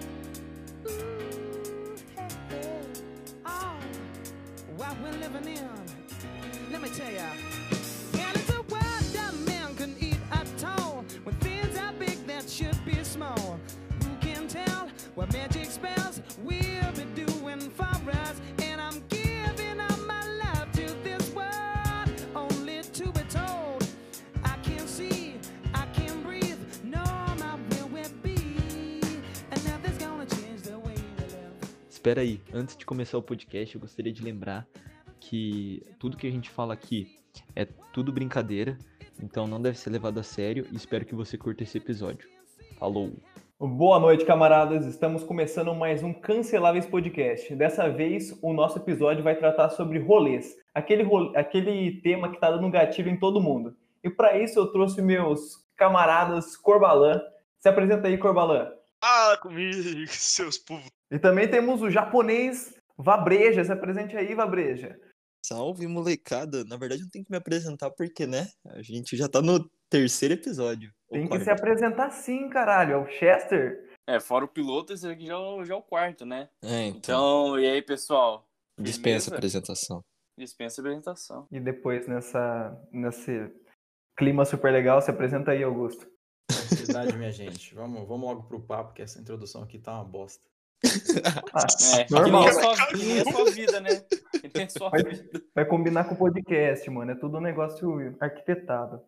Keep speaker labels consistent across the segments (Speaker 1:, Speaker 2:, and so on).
Speaker 1: world Oh, we're living in. Let me tell ya. And it's a world that man can eat at all. When things are big that should be small. Who can tell what magic spells we'll be doing for us? And I'm giving up my love to this world, only to be told I can't see, I can't breathe, nor my will will be. And nothing's gonna change the way we live.
Speaker 2: Espera aí, antes de começar o podcast, eu gostaria de lembrar que tudo que a gente fala aqui é tudo brincadeira, então não deve ser levado a sério e espero que você curta esse episódio. Falou!
Speaker 3: Boa noite, camaradas. Estamos começando mais um Canceláveis Podcast. Dessa vez, o nosso episódio vai tratar sobre rolês, aquele, role- aquele tema que está dando gatilho em todo mundo. E para isso, eu trouxe meus camaradas Corbalan. Se apresenta aí, Corbalan.
Speaker 4: Ah, comigo, seus povos.
Speaker 3: E também temos o japonês Vabreja. Se apresente aí, Vabreja.
Speaker 5: Salve, molecada! Na verdade, não tem que me apresentar porque, né? A gente já tá no terceiro episódio. ou
Speaker 3: Tem que
Speaker 5: quarto.
Speaker 3: se apresentar sim, caralho. É o Chester.
Speaker 6: É, fora o piloto, esse aqui já, é o- já é o quarto, né?
Speaker 5: É, então,
Speaker 6: Então, e aí, pessoal?
Speaker 5: dispensa a
Speaker 6: beleza?
Speaker 5: apresentação.
Speaker 6: Dispensa a apresentação.
Speaker 3: E depois, nessa, nesse clima super legal, se apresenta aí, Augusto.
Speaker 7: Ansiedade, minha gente. Vamos, vamos logo pro papo, que essa introdução aqui tá uma bosta.
Speaker 3: Ah,
Speaker 6: É, que
Speaker 3: Normal.
Speaker 6: nem a sua, que nem a sua vida, né? Que nem a sua vida.
Speaker 3: Vai combinar com o podcast, mano. É tudo um negócio arquitetado.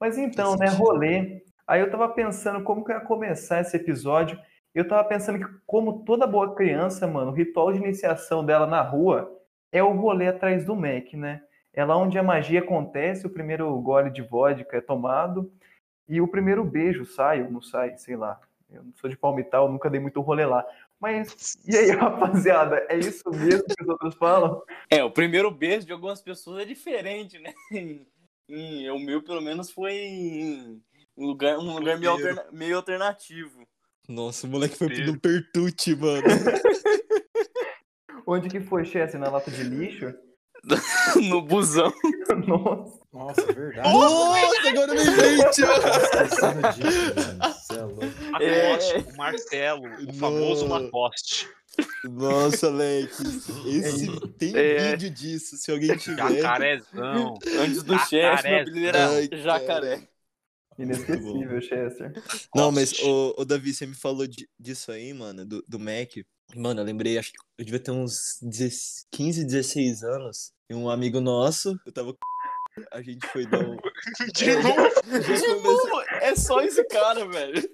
Speaker 3: Mas então,
Speaker 5: Faz
Speaker 3: né,
Speaker 5: sentido.
Speaker 3: rolê. Aí eu tava pensando como que eu ia começar esse episódio. Eu tava pensando que, como toda boa criança, mano, o ritual de iniciação dela na rua é o rolê atrás do Mac, né? É lá onde a magia acontece, o primeiro gole de vodka é tomado e o primeiro beijo sai ou não sai, sei lá. Eu não sou de palmital, eu nunca dei muito rolê lá. Mas, e aí, rapaziada, é isso mesmo que os outros falam?
Speaker 6: É, o primeiro beijo de algumas pessoas é diferente, né? Hum, o meu, pelo menos, foi em um lugar, um lugar meio, alterna- meio alternativo.
Speaker 5: Nossa, o moleque foi
Speaker 4: Primeiro.
Speaker 5: pro Pertucci, mano.
Speaker 3: Onde que foi, Chester? Na lata de lixo?
Speaker 6: No busão.
Speaker 3: Nossa.
Speaker 7: Nossa, é verdade.
Speaker 5: Nossa, agora me mente, mano.
Speaker 7: Tava esquecendo disso, mano. Cê é louco.
Speaker 4: Macoste, o Marcelo, o famoso Macoste.
Speaker 5: Nossa, Alex. Esse tem
Speaker 6: É.
Speaker 5: vídeo disso, se alguém tiver.
Speaker 4: Jacarezão.
Speaker 6: Antes do chefe, meu
Speaker 4: Jacaré.
Speaker 6: apelido era
Speaker 5: Ai,
Speaker 6: jacaré.
Speaker 3: Inesquecível, Chester.
Speaker 5: Não, mas, ô, ô, Davi, você me falou di- disso aí, mano, do, do Mac. Mano, eu lembrei, acho que eu devia ter uns 10 15, 16 anos. E um amigo nosso, eu tava com. A gente foi dar um.
Speaker 4: De novo.
Speaker 6: De novo, é só esse cara, velho.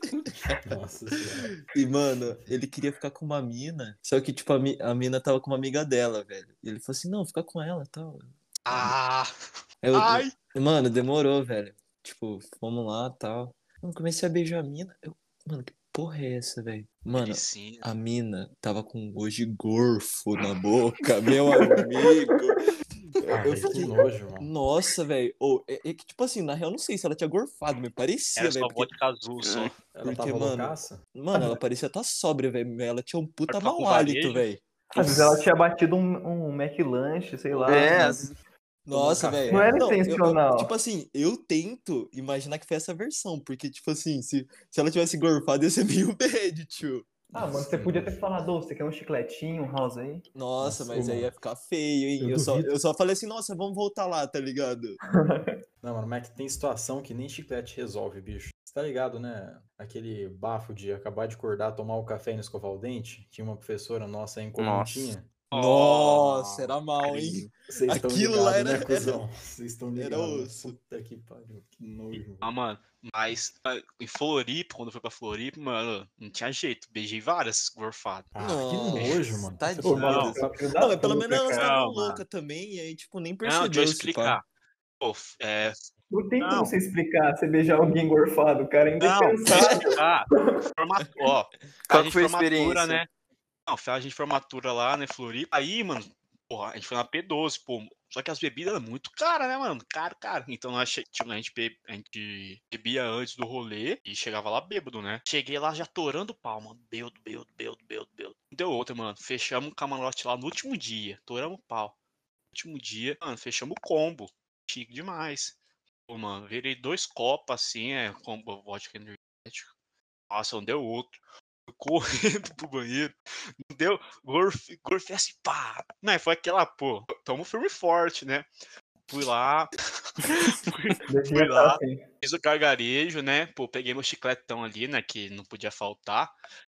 Speaker 7: Nossa senhora.
Speaker 5: E, mano, ele queria ficar com uma mina. Só que, tipo, a, mi- a mina tava com uma amiga dela, velho. E ele falou assim: não, fica com ela e tal.
Speaker 4: Ah,
Speaker 5: Aí eu-
Speaker 4: ai.
Speaker 5: Mano, demorou, velho. Tipo, fomos lá e tal. Mano, comecei a beijar a mina. Eu, mano, que porra é essa, velho? Mano,
Speaker 4: Sim.
Speaker 5: a mina tava com um gosto de gorfo na boca, meu amigo.
Speaker 7: Ah,
Speaker 5: Eu
Speaker 7: velho, que
Speaker 5: fiquei.
Speaker 7: nojo, mano.
Speaker 5: Nossa, velho. Ô, é, é que, tipo assim, na real, não sei se ela tinha gorfado, me parecia,
Speaker 4: Era só
Speaker 5: velho. porque-
Speaker 4: vodka azul, só.
Speaker 7: Ela
Speaker 5: porque,
Speaker 7: tava
Speaker 5: mano,
Speaker 7: loucaça?
Speaker 5: Mano, ela parecia estar sóbria, velho. Ela tinha um puta
Speaker 4: Ela tá com
Speaker 5: mau hálito,
Speaker 4: varejo.
Speaker 5: velho.
Speaker 3: Às vezes ela tinha batido um, um McLanche, sei lá. Né?
Speaker 6: É,
Speaker 5: Nossa,
Speaker 7: Tomou café.
Speaker 5: velho.
Speaker 7: Não
Speaker 3: era
Speaker 5: eu- eu-
Speaker 3: intencional.
Speaker 5: tipo assim, eu tento imaginar que foi essa versão, porque, tipo assim, se, se ela tivesse gorfado, ia ser meio bad, tio.
Speaker 3: Ah, mano, você podia ter falado, "Ô, você quer um chicletinho, um house aí?
Speaker 7: Nossa,
Speaker 5: Nossa, mas
Speaker 7: ô,
Speaker 5: aí
Speaker 7: mano.
Speaker 5: ia ficar feio, hein?
Speaker 7: Eu
Speaker 5: Eu, só,
Speaker 7: duvido.
Speaker 5: eu só falei assim, nossa, vamos voltar lá, tá ligado?
Speaker 7: Não, mano, mas é que tem situação que nem chiclete resolve, bicho. Você tá ligado, né? Aquele bafo de acabar de acordar, tomar o café e não escovar o dente? Tinha uma professora nossa aí em Comuntinha.
Speaker 5: Nossa, era mal, hein?
Speaker 7: Vocês estão
Speaker 5: Aquilo
Speaker 7: ligados,
Speaker 5: lá era-
Speaker 7: né, cuzão? Vocês estão
Speaker 5: era
Speaker 7: ligados. né?
Speaker 5: osso.
Speaker 7: Puta que pariu, que nojo.
Speaker 4: Ah,
Speaker 7: mano.
Speaker 4: mano, mas ah, em Floripa, quando eu fui pra Floripa, mano, não tinha jeito. Beijei várias gorfadas.
Speaker 7: Ah,
Speaker 5: Nossa,
Speaker 7: que nojo, mano. tá-
Speaker 5: tadinho.
Speaker 7: Pô, mano,
Speaker 4: Não.
Speaker 7: só-
Speaker 5: Não, mas pelo menos ela
Speaker 4: cara.
Speaker 5: estava
Speaker 4: Calma.
Speaker 5: louca também, e aí, tipo, nem
Speaker 4: Não,
Speaker 5: percebeu.
Speaker 4: deixa eu
Speaker 5: se pá.
Speaker 4: explicar. Pô, f- é,
Speaker 3: Não tem como
Speaker 4: Não.
Speaker 3: você explicar, você beijar alguém gorfado, cara. É
Speaker 4: Não,
Speaker 3: indefensável.
Speaker 4: ah, forma- ó,
Speaker 6: Qual
Speaker 4: a gente
Speaker 6: que foi a
Speaker 4: formatura,
Speaker 6: experiência?
Speaker 4: né? Não, foi a gente formatura lá, né, Floripa. Aí, mano, porra, a gente foi na P12, pô. Só que as bebidas eram muito caras, né, mano? Caro, caro. Então nós che- tipo, a, gente be- a gente bebia antes do rolê e chegava lá bêbado, né? Cheguei lá já torando o pau, mano. Beudo, beudo, beudo, beudo, beudo. Deu outra, mano. Fechamos o camarote lá no último dia. Toramos o pau. No último dia, mano, fechamos o combo. Chique demais. Pô, mano, virei dois copos assim, é, combo vodka energético. Nossa, não deu outro. Fui Correndo pro banheiro. Não deu. Gorf, gorfesse, pá. Não, assim, né, foi aquela, pô. tamo firme e forte, né? Fui lá,
Speaker 3: Deixa
Speaker 4: Fui
Speaker 3: eu
Speaker 4: lá.
Speaker 3: falar assim.
Speaker 4: fiz o gargarejo, né? Pô, peguei meu chicletão ali, né? Que não podia faltar.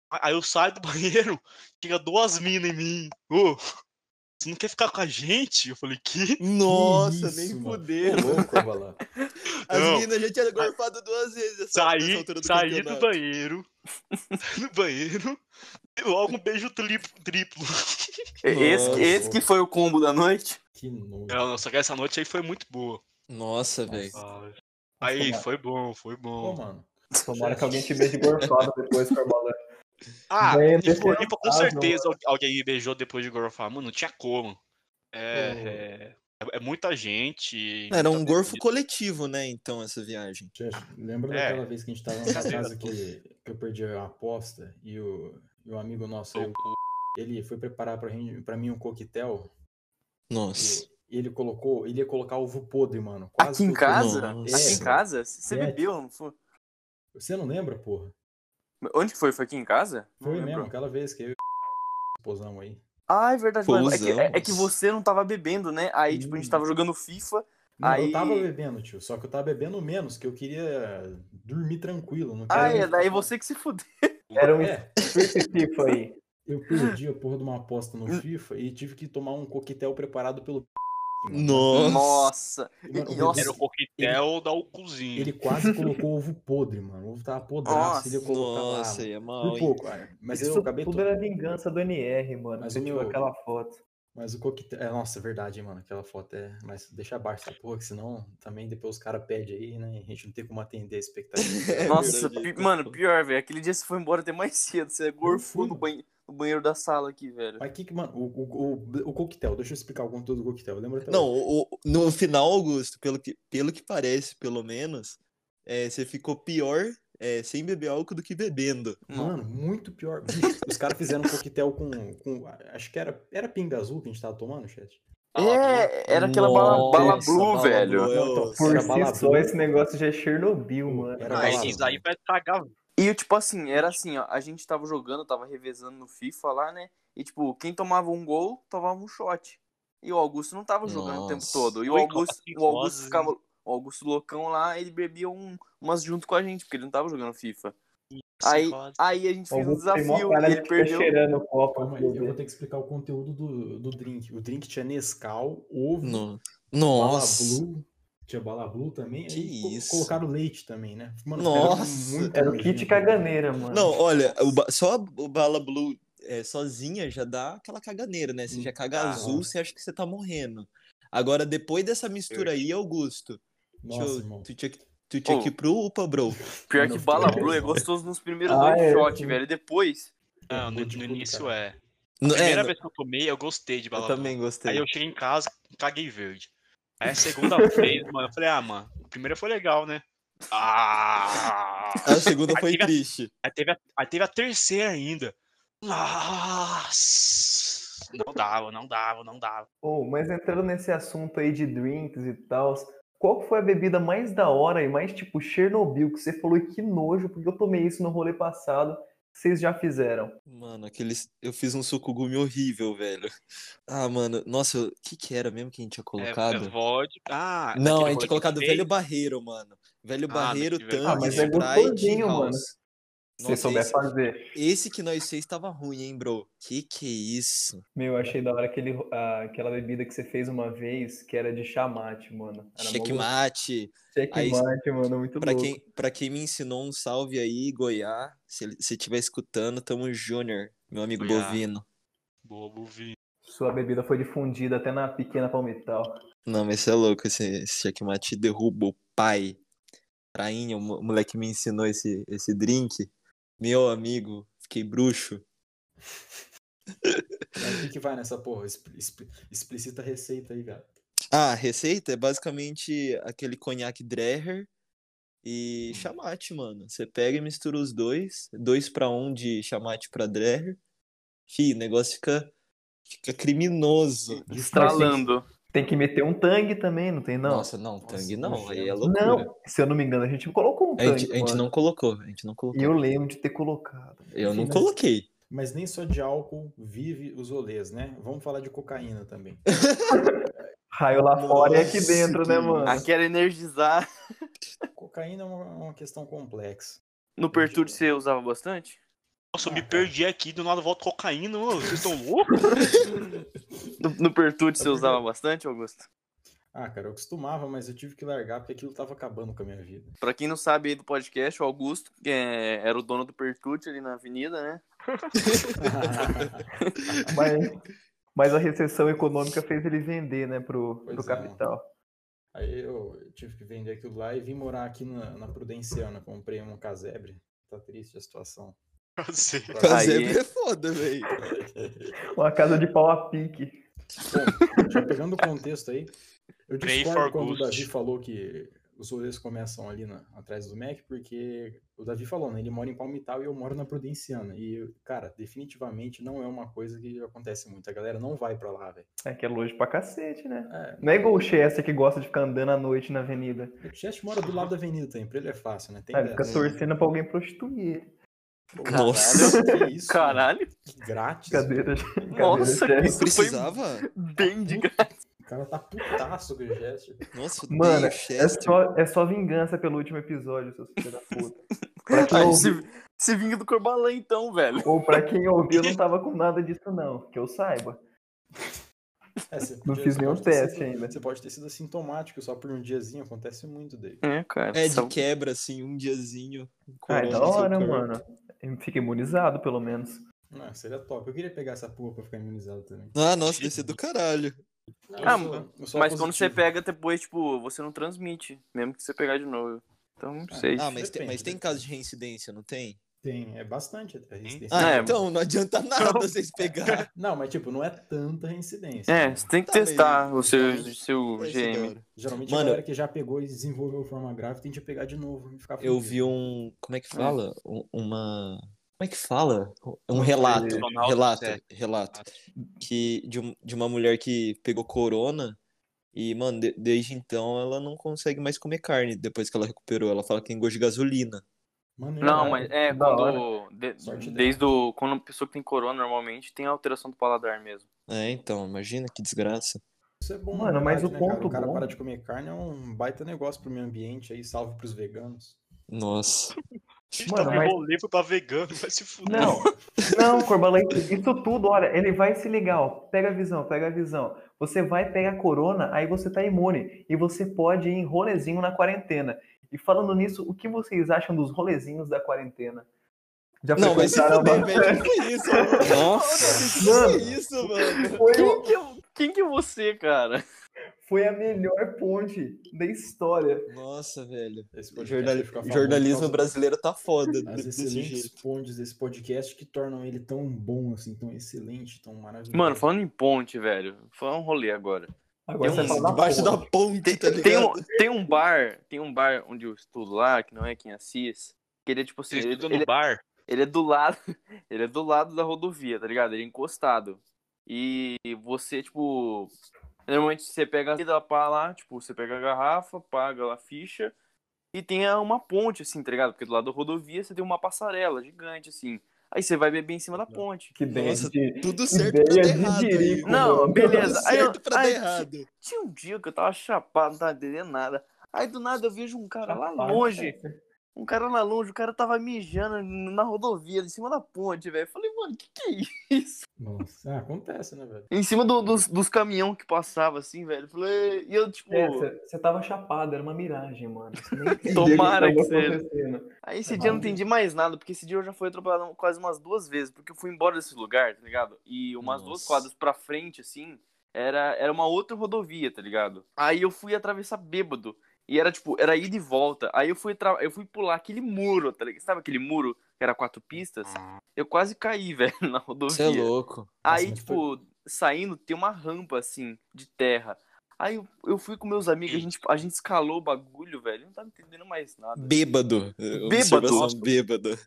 Speaker 4: A- Aí eu saio do banheiro, chega duas minas em mim. Ô, você não quer ficar com a gente? Eu falei, que?
Speaker 5: Nossa,
Speaker 7: isso,
Speaker 5: nem
Speaker 7: mano.
Speaker 5: fudeu.
Speaker 7: Ô, louco, Avalã.
Speaker 4: Não.
Speaker 5: As minas já tinham gorfado duas vezes essa, nessa
Speaker 4: Então, Saí,
Speaker 5: altura do
Speaker 4: saí do
Speaker 5: campeonato.
Speaker 4: banheiro. saí do banheiro. E logo um beijo triplo. triplo.
Speaker 6: Esse,
Speaker 5: Nossa.
Speaker 6: esse que foi o combo da noite?
Speaker 7: Que nojo.
Speaker 4: Não, não, É, só que essa noite aí foi muito boa.
Speaker 5: Nossa, velho.
Speaker 4: Aí,
Speaker 3: tomara.
Speaker 4: foi bom, foi
Speaker 7: Ô,
Speaker 4: bom.
Speaker 7: mano.
Speaker 3: Tomara que alguém te veja gorfado depois com a bola.
Speaker 4: Ah,
Speaker 3: Bem,
Speaker 4: em Floripa, com
Speaker 3: defensável,
Speaker 4: certeza al- alguém me beijou depois de gorfar. Mano, não tinha como. É, é, é muita gente.
Speaker 5: Era um
Speaker 4: muita
Speaker 5: gorfo coletivo, né? Então, essa viagem.
Speaker 7: Tchê, Lembra
Speaker 4: É.
Speaker 7: daquela vez que a gente tava nessa
Speaker 4: Cadê?
Speaker 7: casa que, que eu perdi a aposta e o, e o amigo nosso,
Speaker 4: bebida.
Speaker 7: ele foi preparar pra, gente- pra mim um coquetel
Speaker 5: Nossa.
Speaker 7: e, e ele colocou, ele ia colocar ovo podre, mano. Quase
Speaker 6: Aqui
Speaker 7: que
Speaker 6: em
Speaker 7: eu tô-
Speaker 6: casa?
Speaker 5: Nossa.
Speaker 6: Aqui em casa? Você
Speaker 7: É.
Speaker 6: bebeu, não foi?
Speaker 7: Você não lembra, porra?
Speaker 6: Onde que foi? Foi aqui em casa? Não
Speaker 7: Foi
Speaker 6: lembro.
Speaker 7: mesmo, aquela vez que eu e o posão aí.
Speaker 6: Ah, é verdade, mano. É que, é- é que
Speaker 5: Pousamos.
Speaker 6: você não tava bebendo, né? Aí, tipo, a
Speaker 7: Hum.
Speaker 6: gente tava jogando FIFA.
Speaker 7: Não,
Speaker 6: Aí-
Speaker 7: eu tava bebendo, tio. Só que eu tava bebendo menos, que eu queria dormir tranquilo. Não
Speaker 6: Ah,
Speaker 7: queria
Speaker 6: é, daí você que se fudeu.
Speaker 3: Era um
Speaker 7: É,
Speaker 3: espírito aí.
Speaker 7: eu perdi a porra de uma aposta no
Speaker 6: Hum.
Speaker 7: FIFA e tive que tomar um coquetel preparado pelo. mano.
Speaker 5: Nossa.
Speaker 6: Nossa.
Speaker 7: E, mano,
Speaker 6: Nossa.
Speaker 7: o Rodrigo,
Speaker 4: Era o coquetel da Alcuzinho.
Speaker 7: Ele quase colocou ovo podre, mano. O ovo tava podraço,
Speaker 6: Nossa,
Speaker 7: ele ia colocar lá.
Speaker 5: Nossa,
Speaker 7: mano.
Speaker 5: é mal.
Speaker 7: Por
Speaker 5: hein?
Speaker 7: pouco, ah, mas eu
Speaker 3: Isso
Speaker 7: acabei
Speaker 3: tudo
Speaker 7: to-
Speaker 3: era vingança do NR, mano.
Speaker 7: Mas
Speaker 3: Você
Speaker 7: o
Speaker 3: tirou
Speaker 7: meu-
Speaker 3: aquela foto.
Speaker 7: Mas o coquetel. É, nossa, é verdade, hein, mano. Aquela foto é. Mas deixa abaixo essa porra, que senão também depois os caras pedem aí, né? A gente não tem como atender a expectativa.
Speaker 5: É
Speaker 6: Nossa,
Speaker 5: verdade,
Speaker 6: pi-
Speaker 5: é.
Speaker 6: mano, pior, velho. Aquele dia você foi embora até mais cedo. Você
Speaker 7: fui,
Speaker 6: gorfou no,
Speaker 7: mano.
Speaker 6: banhe- no banheiro da sala aqui, velho.
Speaker 7: Mas que que, mano, o, o, o, o coquetel, deixa eu explicar o conteúdo do coquetel, lembra até
Speaker 5: Não,
Speaker 7: hoje.
Speaker 5: o- o- no final, Augusto, pelo que, pelo que parece, pelo menos, é, você ficou pior é, sem beber álcool do que bebendo.
Speaker 7: Mano, muito pior. Bicho, os caras fizeram um coquetel com, com. Acho que era, era pinga azul que a gente tava tomando, chat.
Speaker 6: É, era aquela bala, bala
Speaker 5: Nossa,
Speaker 6: blue,
Speaker 5: bala
Speaker 6: velho.
Speaker 5: blue, é o-
Speaker 7: Então,
Speaker 3: Por
Speaker 7: era
Speaker 3: si
Speaker 7: bala
Speaker 3: só,
Speaker 7: blue.
Speaker 3: esse negócio já é Chernobyl, mano.
Speaker 7: Era
Speaker 4: Ah,
Speaker 7: bala
Speaker 4: esses
Speaker 7: blue.
Speaker 4: aí vai pagar.
Speaker 6: E, tipo assim, era assim, ó. A gente tava jogando, tava revezando no FIFA lá, né? E, tipo, quem tomava um gol, tomava um shot. E o Augusto não tava jogando o tempo
Speaker 5: Nossa.
Speaker 6: todo. E o
Speaker 4: Ui,
Speaker 6: Augusto,
Speaker 4: que
Speaker 6: o Augusto
Speaker 4: rosa,
Speaker 6: ficava. O Augusto loucão lá, ele bebia um, umas junto com a gente, porque ele não tava jogando FIFA. Aí, aí a gente fez um
Speaker 3: Alguns tem mó
Speaker 6: desafio
Speaker 3: cara
Speaker 6: e
Speaker 3: de
Speaker 6: ele
Speaker 3: ficar
Speaker 6: perdeu.
Speaker 3: cheirando o copo.
Speaker 7: Calma aí, eu vou ter que explicar o conteúdo do, do drink. O drink tinha Nescau, ovo,
Speaker 5: No-
Speaker 7: bala
Speaker 5: Nossa.
Speaker 7: blue. Tinha bala blue também.
Speaker 5: Que
Speaker 7: aí co-
Speaker 5: isso.
Speaker 7: Colocaram leite também, né? Mano,
Speaker 5: Nossa.
Speaker 3: Era o é um
Speaker 7: né,
Speaker 3: kit caganeira, mano.
Speaker 5: Não, olha, o ba- só o bala blue é, sozinha já dá aquela caganeira, né? Você já caga
Speaker 7: Ah.
Speaker 5: azul, você acha que você tá morrendo. Agora, depois dessa mistura aí, Augusto,
Speaker 7: Nossa,
Speaker 5: tio,
Speaker 7: irmão.
Speaker 5: tu tinha que, tu tinha
Speaker 6: Ô.
Speaker 5: que ir pro UPA, bro.
Speaker 6: Pior
Speaker 7: Mano,
Speaker 6: que
Speaker 7: eu
Speaker 6: bala
Speaker 7: fiquei
Speaker 6: blue é
Speaker 7: bem,
Speaker 6: gostoso nos primeiros
Speaker 3: Ah,
Speaker 6: dois
Speaker 3: é,
Speaker 6: shots,
Speaker 3: sim.
Speaker 6: velho. E Depois.
Speaker 4: Não, no,
Speaker 7: Vou te
Speaker 4: no
Speaker 7: puto,
Speaker 4: início
Speaker 7: cara.
Speaker 4: é.
Speaker 5: Não, é,
Speaker 4: Primeira
Speaker 5: não-
Speaker 4: vez que eu tomei, eu gostei de
Speaker 5: eu
Speaker 4: bala
Speaker 5: também gostei.
Speaker 4: Aí eu cheguei em casa, caguei verde. Aí a segunda vez, mano, eu falei, ah, mano, a primeira foi legal, né? Ah!
Speaker 5: A segunda
Speaker 4: Aí
Speaker 5: foi
Speaker 4: teve a-
Speaker 5: triste.
Speaker 4: Aí teve a, aí teve a terceira ainda. Nossa! Não dava, não dava, não dava.
Speaker 3: Ô, mas entrando nesse assunto aí de drinks e tal, qual que foi a bebida mais da hora e mais tipo Chernobyl que você falou que nojo, porque eu tomei isso no rolê passado, vocês já fizeram?
Speaker 5: Mano, aqueles. Eu fiz um sucugumi horrível, velho. Ah, mano, nossa, o que que era mesmo que a gente tinha
Speaker 4: É, é
Speaker 5: colocado?
Speaker 4: vodka. Ah,
Speaker 5: Não, a
Speaker 4: aquele rolê
Speaker 5: gente tinha
Speaker 4: que
Speaker 5: colocado
Speaker 4: fez.
Speaker 5: Velho Barreiro, mano. Velho
Speaker 4: Ah,
Speaker 5: Barreiro,
Speaker 4: mas que velho-
Speaker 5: Tanque,
Speaker 4: Ah, mas é
Speaker 5: Sprite e
Speaker 3: gostosinho, mano.
Speaker 5: House.
Speaker 3: Se
Speaker 5: Nossa,
Speaker 3: você souber
Speaker 5: esse,
Speaker 3: fazer.
Speaker 5: esse que nós fez tava ruim, hein, bro? Que que é isso?
Speaker 3: Meu, eu achei da hora aquele, ro- ah, aquela bebida que você fez uma vez, que era de chamate, mano. Era mó gostoso.
Speaker 5: Checkmate. Aí-
Speaker 3: Checkmate, mano, muito
Speaker 5: Pra
Speaker 3: louco.
Speaker 5: quem, pra quem me ensinou, um salve aí, Goiá. Se ele- se estiver escutando, tamo Júnior, meu amigo
Speaker 4: Goiá.
Speaker 5: bovino.
Speaker 4: Bobo vinho.
Speaker 3: Sua bebida foi difundida até na pequena palmital.
Speaker 5: Não, mas você é louco, esse, esse checkmate derruba o pai. Prainha, o mo- o moleque me ensinou esse, esse drink. Meu amigo, fiquei bruxo.
Speaker 7: Mas o que, que vai nessa porra? Expli- expli- Explicita a receita aí, cara.
Speaker 5: Ah, a receita é basicamente aquele conhaque Dreher e chamate, mano. Você pega e mistura os dois, dois pra um de chamate pra Dreher. Fih, o negócio fica, fica criminoso.
Speaker 6: Estralando.
Speaker 3: Tem que meter um tangue também, não tem não?
Speaker 5: Nossa, não,
Speaker 7: Nossa,
Speaker 5: Tang não, aí é
Speaker 7: nojento.
Speaker 5: loucura.
Speaker 3: Não, se eu não me engano, a gente colocou um
Speaker 5: A
Speaker 3: tangue,
Speaker 5: gente, a gente
Speaker 3: mano.
Speaker 5: não colocou, né? a gente não colocou.
Speaker 3: E eu lembro de ter colocado.
Speaker 5: Eu não
Speaker 7: Mas-
Speaker 5: coloquei.
Speaker 7: Mas nem só de álcool vive os rolês, né? Vamos falar de cocaína também.
Speaker 3: Raio lá fora e aqui
Speaker 5: Nossa,
Speaker 3: dentro, né,
Speaker 5: que-
Speaker 3: mano?
Speaker 6: Aquela energizar.
Speaker 7: Cocaína é uma, uma questão complexa.
Speaker 6: No Pertude você usava bastante?
Speaker 4: Nossa,
Speaker 5: Ah, tá.
Speaker 4: eu me perdi aqui, do nada volta cocaína, mano. Vocês estão loucos?
Speaker 6: No, no Pertude você usava bastante, Augusto?
Speaker 7: Ah, cara, eu costumava, mas eu tive que largar porque aquilo tava acabando com a minha vida.
Speaker 6: Pra quem não sabe aí do podcast, o Augusto que é, era o dono do Pertude ali na avenida, né?
Speaker 3: Mas, mas a recessão econômica fez ele vender, né, pro,
Speaker 7: Pois
Speaker 3: pro
Speaker 7: é.
Speaker 3: capital.
Speaker 7: Aí eu tive que vender aquilo lá e vim morar aqui na, na Prudenciana. Comprei um casebre. Tá triste a situação.
Speaker 4: Não sei.
Speaker 3: Tá
Speaker 5: Casebre é foda, velho.
Speaker 3: Uma casa de pau a pique.
Speaker 7: Bom, já pegando o contexto aí, eu
Speaker 4: Pray
Speaker 7: discordo
Speaker 4: for
Speaker 7: quando o
Speaker 4: good.
Speaker 7: Davi falou que os rolês começam ali na- atrás do Mac, porque o Davi falou, né? Ele mora em Palmital e eu moro na Prudenciana. E, cara, definitivamente não é uma coisa que acontece muito. A galera não vai pra lá, velho.
Speaker 3: É que é longe pra cacete, né?
Speaker 7: É,
Speaker 3: Não é igual o Chester que gosta de ficar andando à noite na avenida.
Speaker 7: o Chest mora do lado da avenida também, pra ele é fácil, né? Tem
Speaker 3: Ah, ele fica
Speaker 7: dessa.
Speaker 3: torcendo pra alguém prostituir. ele.
Speaker 6: Caralho.
Speaker 5: Nossa,
Speaker 7: Que isso, mano?
Speaker 6: Caralho,
Speaker 7: Que grátis.
Speaker 3: Cadeira de...
Speaker 6: Nossa,
Speaker 3: cadeira de-
Speaker 5: não precisava?
Speaker 6: bem de graça.
Speaker 7: O cara tá putaço com o Chest.
Speaker 5: Nossa, um
Speaker 3: Mano,
Speaker 5: odeio o
Speaker 3: É
Speaker 5: Chester.
Speaker 3: só, é só vingança pelo último episódio, seus filhos da puta. Pra quem
Speaker 6: Aí
Speaker 3: ouviu-
Speaker 6: se, se vinga do Corbalã então, velho.
Speaker 3: Ou pra quem ouviu, não tava com nada disso, não. Que eu saiba.
Speaker 7: É, você
Speaker 3: Não
Speaker 7: podia-
Speaker 3: fiz
Speaker 7: você
Speaker 3: nenhum
Speaker 7: pode ter
Speaker 3: teste
Speaker 7: sido-
Speaker 3: ainda.
Speaker 7: Você pode ter sido assintomático só por um diazinho, acontece muito daí.
Speaker 6: É, cara.
Speaker 5: É de
Speaker 6: sabe-
Speaker 5: quebra, assim, um diazinho.
Speaker 3: Ah, é
Speaker 5: corona
Speaker 3: da
Speaker 5: no seu
Speaker 3: hora,
Speaker 5: corpo.
Speaker 3: mano. Eu Fica imunizado, pelo menos.
Speaker 7: Ah, seria top. Eu queria pegar essa porra pra ficar imunizado também.
Speaker 5: Ah, nossa, deve ser do caralho.
Speaker 6: Ah,
Speaker 7: Eu sou-
Speaker 6: mano,
Speaker 7: eu sou
Speaker 6: Mas quando você
Speaker 7: positivo.
Speaker 6: pega depois, tipo, você não transmite, mesmo que você pegar de novo. Então, não sei.
Speaker 5: Ah, mas tem,
Speaker 7: Depende,
Speaker 5: mas tem
Speaker 7: depende.
Speaker 5: caso de reincidência, não tem?
Speaker 7: Tem, é bastante até. resistência.
Speaker 5: Ah,
Speaker 6: É,
Speaker 5: então, não adianta nada vocês pegar.
Speaker 7: Não, mas tipo, não é tanta reincidência.
Speaker 6: É,
Speaker 7: né?
Speaker 6: você tem que
Speaker 5: Tá meio-
Speaker 6: testar o seu,
Speaker 5: tá meio-
Speaker 6: seu
Speaker 5: Esse é da
Speaker 6: GM.
Speaker 5: hora.
Speaker 7: Geralmente
Speaker 5: Mano,
Speaker 7: a galera que já pegou e desenvolveu forma grave tende a pegar de novo e ficar
Speaker 5: Eu
Speaker 7: fudido.
Speaker 5: vi um. Como é que fala? Um- Uma. Como é que fala? Um relato.
Speaker 4: Ronaldo
Speaker 5: Relato,
Speaker 4: Sete.
Speaker 5: relato. Que de, um- de uma mulher que pegou corona. E, mano, de- desde então ela não consegue mais comer carne depois que ela recuperou. Ela fala que engorda de gasolina.
Speaker 7: Mano, é
Speaker 6: Não,
Speaker 7: verdade.
Speaker 6: mas é
Speaker 3: Da
Speaker 6: quando. de-
Speaker 7: Sorte dela.
Speaker 6: desde o, quando a pessoa que tem corona normalmente tem alteração do paladar mesmo.
Speaker 5: É, então, imagina que desgraça.
Speaker 7: Isso é bom,
Speaker 3: Mano,
Speaker 7: na
Speaker 3: mas
Speaker 7: verdade,
Speaker 3: o
Speaker 7: né, cara?
Speaker 3: ponto
Speaker 7: O cara
Speaker 3: bom-
Speaker 7: para de comer carne é um baita negócio pro meio ambiente aí, salve pros veganos.
Speaker 5: Nossa.
Speaker 3: Mano,
Speaker 4: tá
Speaker 3: mas-
Speaker 4: mas... rolê foi pra vegano, vai se fuder.
Speaker 3: Não, não, Corbalã, isso tudo, olha, ele vai se ligar, ó, pega a visão, pega a visão. Você vai pegar a corona, aí você tá imune. E você pode ir em rolezinho na quarentena. E falando nisso, o que vocês acham dos rolezinhos da quarentena? Já
Speaker 5: Não, mas se
Speaker 3: frequentaram
Speaker 5: fuder,
Speaker 3: uma-
Speaker 5: velho. Que foi isso, mano?
Speaker 6: Nossa!
Speaker 5: Que foi isso, mano?
Speaker 3: Foi,
Speaker 6: Quem que, é- quem que é você, cara?
Speaker 3: foi a melhor ponte da história.
Speaker 5: Nossa, velho.
Speaker 7: Esse podcast
Speaker 5: Jornali-
Speaker 7: vai ficar famoso por
Speaker 5: Jornalismo
Speaker 7: causa
Speaker 5: brasileiro tá foda
Speaker 7: As
Speaker 5: desse
Speaker 7: excelentes
Speaker 5: jeito.
Speaker 7: pontes desse podcast que tornam ele tão bom, assim, tão excelente, tão maravilhoso.
Speaker 6: Mano, falando em ponte, velho. Foi um rolê agora.
Speaker 3: Agora você
Speaker 6: Tem um
Speaker 3: fala da
Speaker 5: Debaixo
Speaker 3: ponte.
Speaker 5: da ponte, tá ligado?
Speaker 6: Tem um, tem um bar, tem um bar onde eu estudo lá, que não é aqui em Assis, que ele é tipo assim,
Speaker 4: Você
Speaker 6: ele,
Speaker 4: estuda
Speaker 6: ele-
Speaker 4: no bar?
Speaker 6: ele é do lado, ele é do lado da rodovia, tá ligado? Ele é encostado. E você, tipo, normalmente você pega a vida pá lá, tipo, você pega a garrafa, paga lá a ficha, e tem a- uma ponte, assim, tá ligado? Porque do lado da rodovia você tem uma passarela gigante, assim. Aí você vai beber em cima da ponte.
Speaker 3: Que ideia
Speaker 5: Nossa,
Speaker 3: de-
Speaker 5: Tudo certo pra
Speaker 3: Ideia
Speaker 5: dar
Speaker 3: de
Speaker 5: errado aí.
Speaker 3: Jerico,
Speaker 6: Não,
Speaker 3: mano.
Speaker 6: beleza.
Speaker 5: Tudo
Speaker 6: Aí eu-
Speaker 5: certo pra dar
Speaker 6: aí-
Speaker 5: errado.
Speaker 6: Tinha um dia que eu tava chapado, não tava entendendo nada. Aí do nada eu vejo um cara lá
Speaker 3: Rapaz,
Speaker 6: longe. Um cara lá longe, o cara tava mijando na rodovia, em cima da ponte, velho. Falei, mano, que que é isso?
Speaker 7: Nossa, ah, acontece, né, velho?
Speaker 6: Em cima do- dos, dos caminhão que passava, assim, velho. Falei, e eu, tipo,
Speaker 3: É, você você tava chapado, era uma miragem, mano. Você nem entendeu o
Speaker 6: Tomara
Speaker 3: tava
Speaker 6: que seja.
Speaker 3: acontecendo.
Speaker 6: aí
Speaker 5: É
Speaker 6: esse dia eu não entendi mais nada, porque esse dia eu já fui atropelado quase umas duas vezes, porque eu fui embora desse lugar, tá ligado? E umas duas
Speaker 5: Nossa.
Speaker 6: quadras pra frente, assim, era, era uma outra rodovia, tá ligado? Aí eu fui atravessar bêbado. E era tipo, era ida e volta. Aí eu fui, tra- eu fui pular aquele muro, tá ligado? Sabe aquele muro que era quatro pistas? Eu quase caí, velho, na rodovia.
Speaker 5: Você é louco.
Speaker 6: Aí,
Speaker 7: mas
Speaker 6: tipo, saindo, tem uma rampa, assim, de terra. Aí eu, eu fui com meus amigos, a gente, a gente escalou o bagulho, velho. Eu Não tava entendendo mais nada.
Speaker 5: Bêbado. Observação bêbado.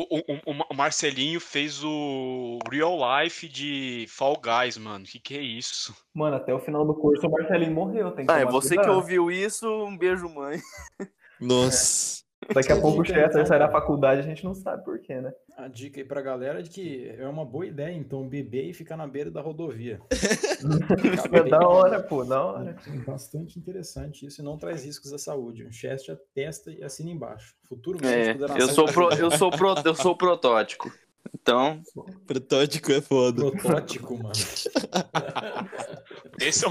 Speaker 4: O, o- o- o Marcelinho fez o Real Life de Fall Guys, mano. Que que é isso?
Speaker 3: Mano, até o final do curso o Marcelinho morreu. Tem que
Speaker 6: Ah, é
Speaker 3: tomar
Speaker 6: você que
Speaker 3: cuidado.
Speaker 6: ouviu isso, um beijo, mãe.
Speaker 5: Nossa.
Speaker 3: Daqui a
Speaker 7: Sim,
Speaker 3: pouco o
Speaker 7: sim.
Speaker 3: Chester sai da faculdade, a gente não sabe porquê, né?
Speaker 7: A dica aí pra galera é de que é uma boa ideia, então, beber e ficar na beira da rodovia.
Speaker 3: É da hora, pô, da hora.
Speaker 7: É bastante interessante isso e não traz riscos à saúde. O Chester atesta e assina embaixo. Futuro
Speaker 6: É,
Speaker 7: médico da
Speaker 6: eu
Speaker 7: nação
Speaker 6: sou, pro- eu, sou pro- eu sou protótipo. Então,
Speaker 5: Protótipo é foda.
Speaker 7: protótipo, mano.
Speaker 4: Esse é o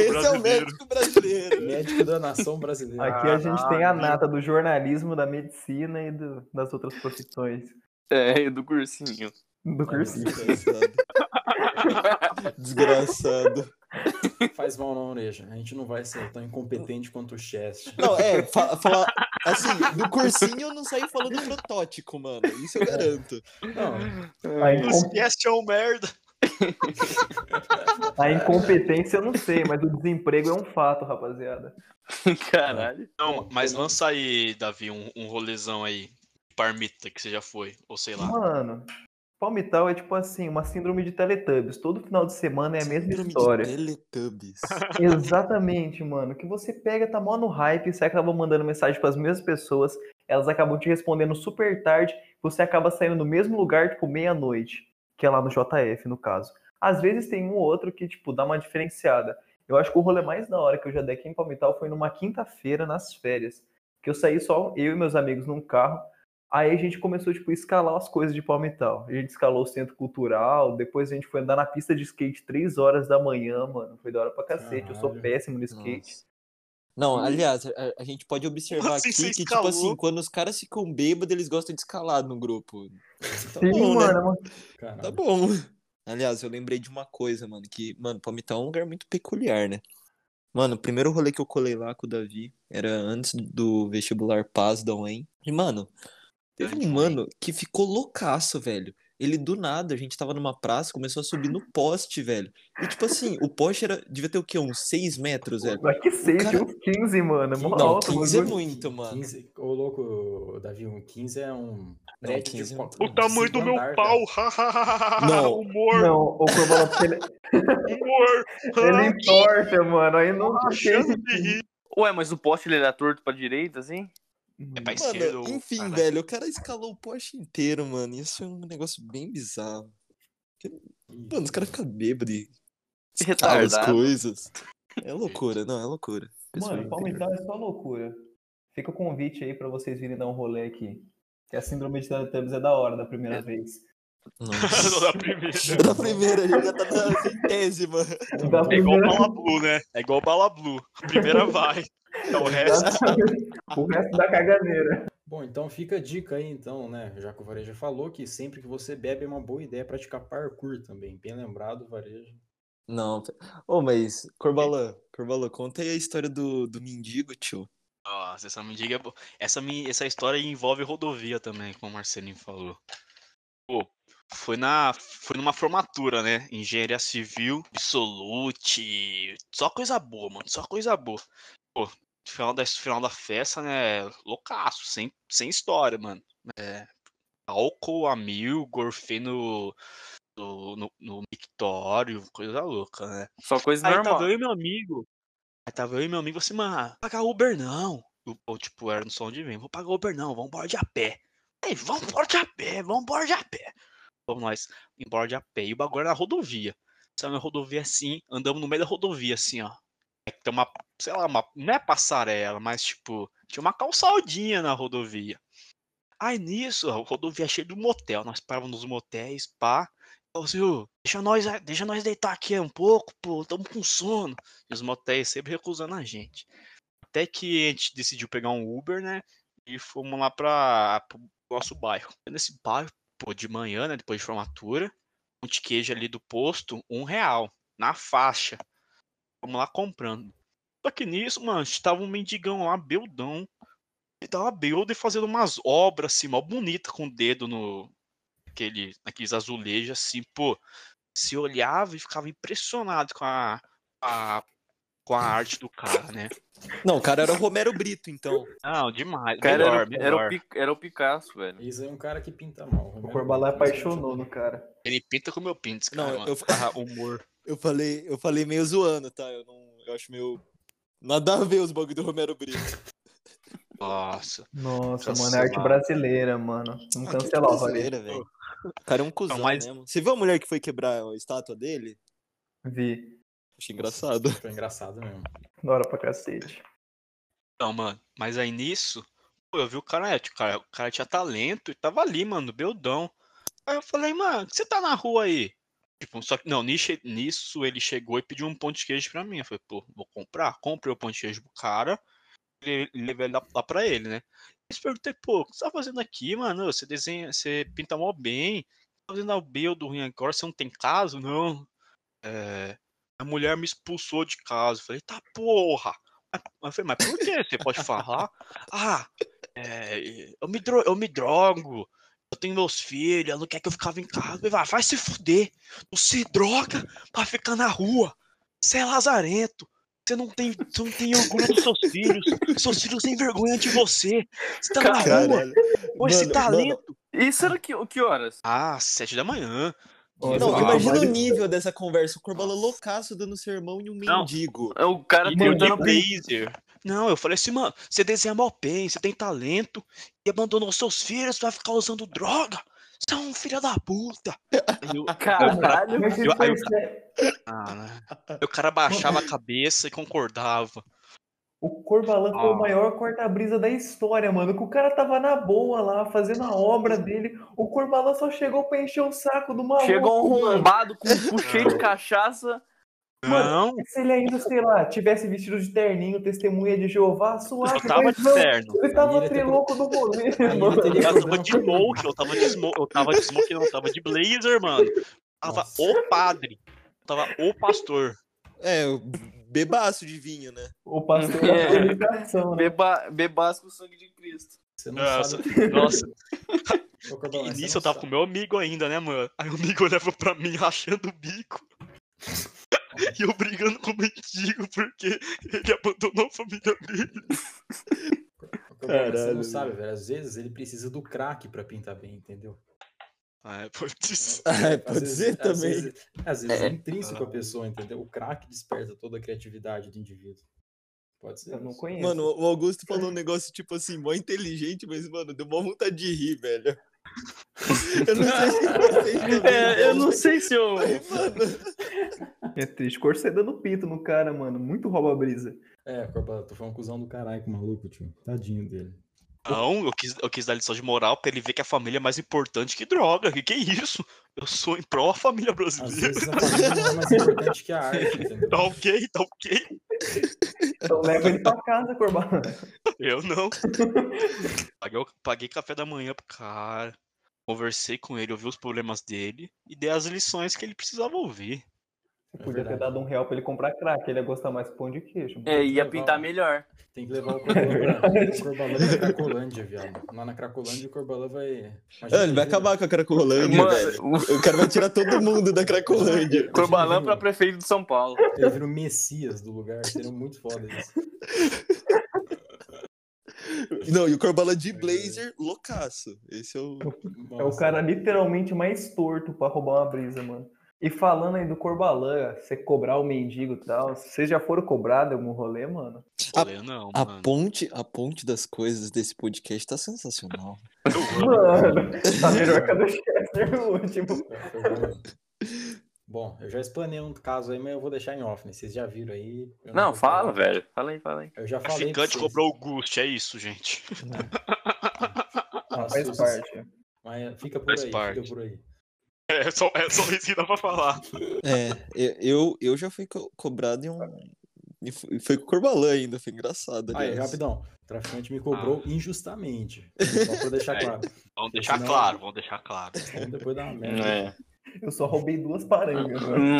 Speaker 5: Esse é o
Speaker 4: brasileiro.
Speaker 5: médico brasileiro.
Speaker 7: médico da nação brasileira. Ah,
Speaker 3: Aqui a gente tem a nata do jornalismo, da medicina e do- das outras profissões
Speaker 6: é, do cursinho.
Speaker 3: do cursinho.
Speaker 5: Desgraçado. Desgraçado.
Speaker 7: ah, Faz mal não, Oreja. A gente não vai ser tão incompetente quanto o Chester.
Speaker 5: Não, é, fa- falar. Assim, do cursinho eu não saí falando protótipo, mano. Isso eu garanto.
Speaker 7: Não,
Speaker 3: A, incom-
Speaker 4: Esse Chester é um merda.
Speaker 3: a incompetência eu não sei, mas o desemprego é um fato, rapaziada.
Speaker 6: Caralho.
Speaker 4: Não, mas lança aí, Davi, um, um rolezão aí. Parmita, que você já foi, ou sei lá.
Speaker 3: Mano, palmital é tipo assim, uma síndrome de Teletubbies. Todo final de semana é a mesma
Speaker 5: Síndrome de
Speaker 3: história.
Speaker 5: Teletubbies.
Speaker 3: Exatamente, mano. Que você pega, tá mó no hype, você acaba mandando mensagem pras mesmas pessoas, elas acabam te respondendo super tarde, você acaba saindo do mesmo lugar, tipo, meia-noite, que é lá no JF, no caso. Às vezes tem um ou outro que, tipo, dá uma diferenciada. Eu acho que o rolê mais da hora que eu já dei aqui em Palmital foi numa quinta-feira, nas férias, que eu saí só eu e meus amigos num carro, aí a gente começou, tipo, a escalar as coisas de Palmital. A gente escalou o centro cultural, depois a gente foi andar na pista de skate três horas da manhã, mano. Foi da hora pra cacete, eu sou
Speaker 7: Caralho.
Speaker 3: péssimo no skate.
Speaker 5: Nossa. Não, aliás, a, a gente pode observar
Speaker 4: Assim,
Speaker 5: aqui
Speaker 4: você
Speaker 5: que, tipo
Speaker 4: escalou?
Speaker 5: assim, quando os caras ficam bêbados, eles gostam de escalar no grupo. Tá
Speaker 3: Sim,
Speaker 5: bom, né?
Speaker 3: mano, mano.
Speaker 7: caralho.
Speaker 5: Tá bom. Aliás, eu lembrei de uma coisa, mano, que, mano, Palmital é um lugar muito peculiar, né? Mano, o primeiro rolê que eu colei lá com o Davi era antes do vestibular Paz da UEM. E, mano, teve
Speaker 4: Grande
Speaker 5: um mano que ficou loucaço, velho. Ele do nada, a gente tava numa praça, começou a subir no poste, velho. E tipo assim, o poste era, devia ter o quê? Uns 6 metros, velho.
Speaker 3: Mas que seja
Speaker 5: cara-
Speaker 3: uns 15, mano. é Mó
Speaker 5: Não,
Speaker 3: alto,
Speaker 5: 15 é
Speaker 3: bagulho.
Speaker 5: muito, mano.
Speaker 7: 15, ô louco, Davi, um 15 é um prédio
Speaker 5: 15
Speaker 7: de
Speaker 5: é
Speaker 7: qual-
Speaker 5: muito-
Speaker 4: O tamanho do
Speaker 7: cinco
Speaker 4: meu
Speaker 7: andar,
Speaker 4: pau.
Speaker 7: velho.
Speaker 5: Não.
Speaker 4: Humor,
Speaker 3: Não, o Corbola, ele,
Speaker 4: humor.
Speaker 3: ele entorta, mano. Aí não
Speaker 4: Achando de rir.
Speaker 6: Ué, mas o poste ele era torto pra direita, assim?
Speaker 4: É pra esquerda.
Speaker 5: Mano,
Speaker 4: ou-
Speaker 5: enfim,
Speaker 4: Caralho.
Speaker 5: velho, o cara escalou o poste inteiro, mano. Isso é um negócio bem bizarro. Mano, os caras ficam bêbados e escalam as
Speaker 6: Retardado.
Speaker 5: coisas. É loucura, não, é loucura. Pessoal
Speaker 3: Mano, Palmital é só loucura. Fica o convite aí pra vocês virem dar um rolê aqui. Que a síndrome de Teletubbies é da hora da primeira vez.
Speaker 5: Nossa.
Speaker 4: Da primeira.
Speaker 5: Na primeira, a gente já tá na centésima.
Speaker 3: Da
Speaker 4: É igual
Speaker 3: primeira...
Speaker 4: bala blue, né? É igual bala blue. A primeira vai. Então o resto.
Speaker 3: o resto da caganeira.
Speaker 7: Bom, então fica a dica aí, então, né? Já que o Varejo falou que sempre que você bebe é uma boa ideia praticar parkour também. Bem lembrado, Varejo.
Speaker 5: Não, pe- ô, mas, Corbalã, Corbalã, conta aí a história do, do mendigo, tio.
Speaker 4: Nossa, essa mendiga é bo- essa, men- essa história envolve rodovia também, como o Marcelinho falou. Pô, foi, na... foi numa formatura, né? Engenharia civil, absolute. Só coisa boa, mano. Só coisa boa. Pô, final da, final da festa, né? Loucaço, sem, sem história, mano. É, álcool a mil, gorfei no, no, no, no mictório, coisa louca, né?
Speaker 6: Só coisa
Speaker 4: Aí
Speaker 6: normal.
Speaker 4: tava eu e meu amigo. Aí tava eu e meu amigo assim, mano, pagar Uber não. Eu, eu, tipo, era no som de mim, vou pagar Uber não, vamos embora de a pé. Aí, vamos embora de a pé, vamos embora de a pé. Vamos nós, embora de a pé. E o bagulho era na rodovia. Saímos na rodovia assim, andamos no meio da rodovia assim, ó. É que tem uma, sei lá, uma, não é passarela, mas tipo, tinha uma calçadinha na rodovia. Aí nisso, ó, a rodovia é cheia de motel, nós parávamos nos motéis, pá. Ô, Zil, deixa nós, eh, deixa nós deitar aqui um pouco, pô, tamo com sono. E os motéis sempre recusando a gente. Até que a gente decidiu pegar um Uber, né? E fomos lá pra, pro nosso bairro. Nesse bairro, pô, de manhã, né? Depois de formatura, um de queijo ali do posto, um real, na faixa. Vamos lá comprando. Só que nisso, mano, tava um mendigão lá, beldão. Ele tava beldo e fazendo umas obras, assim, mó bonita, com o dedo no, aquele, naqueles azulejos assim, pô, se olhava e ficava impressionado com a, a- com a arte do cara, né?
Speaker 5: Não, o cara era o Romero Brito, então.
Speaker 4: Não, demais,
Speaker 6: O cara era,
Speaker 4: melhor,
Speaker 6: o- era
Speaker 4: melhor.
Speaker 6: o, Pic- era o Picasso, velho.
Speaker 7: Isso aí é um cara que pinta mal. né? é
Speaker 3: O Corbalá apaixonou né? no cara.
Speaker 4: Ele pinta com o meu pinto, esse
Speaker 5: Não,
Speaker 4: cara,
Speaker 5: eu-
Speaker 4: mano.
Speaker 5: eu-
Speaker 4: Ah, humor.
Speaker 5: Eu falei, eu falei meio zoando, tá? Eu não, eu acho meio nada a ver os bagulho do Romero Brito.
Speaker 4: Nossa.
Speaker 3: Nossa, mano, é
Speaker 4: Cancelado.
Speaker 3: arte brasileira, mano. Vamos
Speaker 4: Então
Speaker 5: Ah,
Speaker 3: cancelar o rolê.
Speaker 5: brasileira, velho. O cara é um cuzão
Speaker 4: mas-
Speaker 5: mesmo. Você viu a mulher que foi quebrar a estátua dele?
Speaker 3: Vi.
Speaker 5: Achei engraçado.
Speaker 7: Foi engraçado mesmo.
Speaker 3: Da hora pra cacete.
Speaker 4: Então, mano, mas aí nisso, pô, eu vi o cara, é, tipo, cara, o cara tinha talento e tava ali, mano, beldão. Aí eu falei, mano, que você tá na rua aí? Tipo, só que não, nisso, nisso ele chegou e pediu um pão de queijo pra mim. Eu falei, pô, vou comprar. Comprei o pão de queijo pro cara, le- levei lá, lá pra ele, né? Eu perguntei, pô, o que você tá fazendo aqui, mano? Você desenha, você pinta mó bem. Tá fazendo a build ruim agora, você não tem caso? Não. É, a mulher me expulsou de casa. Eu falei, tá porra. Mas- mas Eu falei, mas por que você pode falar? Ah, é, eu, me dro- eu me drogo, eu tenho meus filhos, ela não quer que eu ficava em casa. Eu falei, vai, vai se fuder, tu se droga pra ficar na rua, você é lazarento, você não tem, você não tem orgulho dos seus filhos, seus filhos têm vergonha de você, você tá na rua
Speaker 5: Caralho.
Speaker 4: com esse
Speaker 5: Mano,
Speaker 4: talento.
Speaker 6: Isso era que, que horas?
Speaker 4: Ah, sete da manhã.
Speaker 3: Nossa,
Speaker 5: mano, Não,
Speaker 3: mano,
Speaker 5: imagina
Speaker 3: vale-
Speaker 5: o nível dessa conversa. O Corbola loucaço dando sermão em um
Speaker 4: Não.
Speaker 5: mendigo.
Speaker 6: É, O cara
Speaker 4: E tá eu dei
Speaker 6: tentando
Speaker 4: blazer. Não, eu falei assim, mano, você desenha mal bem, você tem talento, e abandonou seus filhos, vai ficar usando droga. Você é um filho da puta. Aí eu-
Speaker 6: Caralho.
Speaker 3: Mas
Speaker 4: Eu-
Speaker 3: isso
Speaker 4: aí eu-
Speaker 3: isso é-
Speaker 4: Ah, né? Aí o cara baixava a cabeça e concordava.
Speaker 3: O Corvalan foi
Speaker 4: Ah.
Speaker 3: o maior corta-brisa da história, mano. Que o cara tava na boa lá, fazendo a obra dele. O Corvalan só chegou pra encher o saco do maluco.
Speaker 6: Chegou um
Speaker 3: mano.
Speaker 6: rombado com o cu cheio de cachaça.
Speaker 4: Não,
Speaker 3: E Se ele ainda, sei lá, tivesse vestido de terninho, testemunha de Jeová, suave.
Speaker 4: eu tava
Speaker 3: mas
Speaker 4: de
Speaker 3: não,
Speaker 4: terno.
Speaker 3: Ele tava
Speaker 7: Aí ele teria-
Speaker 3: triloco do rolê,
Speaker 7: Aí ele
Speaker 3: mano.
Speaker 7: teria-
Speaker 4: Eu tava
Speaker 7: problema
Speaker 4: de
Speaker 7: foi-
Speaker 4: smoke, eu tava de smoke, eu tava de smoke, não, eu tava de blazer, mano. Eu Tava
Speaker 7: Nossa.
Speaker 4: o padre. Eu tava o pastor.
Speaker 5: É, o bebaço de vinho, né?
Speaker 3: O pastor
Speaker 6: É.
Speaker 3: da comunicação, né?
Speaker 6: Beba, bebasco o sangue de Cristo.
Speaker 7: Você não
Speaker 4: Nossa,
Speaker 7: sabe.
Speaker 4: nossa.
Speaker 7: Ô, Corbalão,
Speaker 4: E
Speaker 7: você
Speaker 4: nisso
Speaker 7: não
Speaker 4: eu tava com
Speaker 7: sabe.
Speaker 4: meu amigo ainda, né, mano? Aí o amigo olhava pra mim rachando o bico. E eu brigando com o mendigo porque ele abandonou a família dele.
Speaker 7: Ô, Corbalão, Você não
Speaker 5: Caralho,
Speaker 7: sabe, velho. Às vezes ele precisa do crack pra pintar bem, entendeu?
Speaker 4: Ah, é, putz.
Speaker 5: Ah,
Speaker 7: Às
Speaker 5: pode
Speaker 7: vezes-
Speaker 5: ser
Speaker 7: às
Speaker 5: também.
Speaker 7: vezes- às vezes é,
Speaker 6: É.
Speaker 7: intrínseco a pessoa, entendeu? O crack desperta toda a criatividade do indivíduo. Pode ser.
Speaker 3: Eu não
Speaker 7: isso.
Speaker 3: conheço.
Speaker 5: Mano, o Augusto falou um negócio, tipo assim, mó inteligente, mas, mano, deu mó vontade de rir, velho. Eu não sei se vocês também
Speaker 6: É, eu não
Speaker 5: mas,
Speaker 6: sei se eu.
Speaker 5: Mano,
Speaker 3: É triste. Corcê dando pito no cara, mano. Muito rouba-brisa.
Speaker 7: É, Corbalão, tu foi um cuzão do caralho com o maluco, tio. Tadinho dele.
Speaker 4: Não, eu quis, eu quis dar lição de moral pra ele ver que a família é mais importante que droga. Que que é isso? Eu sou em pró à família
Speaker 7: Às
Speaker 4: brasileira.
Speaker 7: vezes a família não é mais importante que a arte, entendeu?
Speaker 4: Tá ok, tá ok.
Speaker 3: Então leva ele pra casa, Corbalan.
Speaker 4: Eu não. Paguei, o- paguei café da manhã pro cara. Conversei com ele, ouvi os problemas dele e dei as lições que ele precisava ouvir.
Speaker 3: Você podia ter
Speaker 7: verdade.
Speaker 3: dado um real pra ele comprar crack. Ele ia gostar mais de pão de queijo. mano.
Speaker 6: É, ia pintar melhor.
Speaker 7: Tem que levar o Corbalão pra, o Corbalão pra Cracolândia, viado. Lá na Cracolândia o Corbalão vai.
Speaker 5: Ah, ele vai acabar com a Cracolândia, velho.
Speaker 6: Mano, o
Speaker 5: O cara vai tirar todo mundo da Cracolândia.
Speaker 6: Corbalão pra prefeito de São Paulo.
Speaker 7: Ele vira o Messias do lugar, seria muito foda isso.
Speaker 5: Não, e o Corbola de blazer, loucaço. Esse é o...
Speaker 3: É o cara literalmente mais torto pra roubar uma brisa, mano. E falando aí do Corbalan, você cobrar o mendigo e tal, vocês já foram cobrados em algum rolê, mano?
Speaker 5: A-
Speaker 4: Falei, não,
Speaker 5: A
Speaker 4: mano.
Speaker 5: ponte, a ponte das coisas desse podcast tá sensacional.
Speaker 3: Mano, tá melhor que a do Chester no último.
Speaker 7: é Bom, eu já explanei um caso aí, mas eu vou deixar em off, né? Vocês já viram aí. eu
Speaker 6: Não,
Speaker 7: vou
Speaker 6: fala,
Speaker 7: falar.
Speaker 6: velho. Fala aí, fala aí.
Speaker 7: Eu já
Speaker 4: A
Speaker 7: falei. pra
Speaker 4: ficante
Speaker 7: vocês.
Speaker 4: cobrou o Gust, é isso, gente.
Speaker 7: Ah,
Speaker 3: Faz
Speaker 7: sus-
Speaker 3: parte.
Speaker 7: Mas fica por
Speaker 4: Faz
Speaker 7: aí,
Speaker 4: parte.
Speaker 7: fica por aí.
Speaker 4: É só, é só isso que dá pra falar.
Speaker 5: É, eu- eu, eu já fui co- cobrado em um. e fo- e foi com o Corbalã ainda, foi engraçado.
Speaker 7: Aí,
Speaker 5: aliás.
Speaker 7: rapidão. O traficante me cobrou
Speaker 4: Ah.
Speaker 7: injustamente. Só pra deixar
Speaker 4: Aí.
Speaker 7: claro.
Speaker 4: Vamos deixar
Speaker 7: Não.
Speaker 4: claro, vamos deixar claro.
Speaker 7: Senão Depois dá uma merda.
Speaker 6: É.
Speaker 3: Eu só roubei duas parangas, mano.
Speaker 6: Não,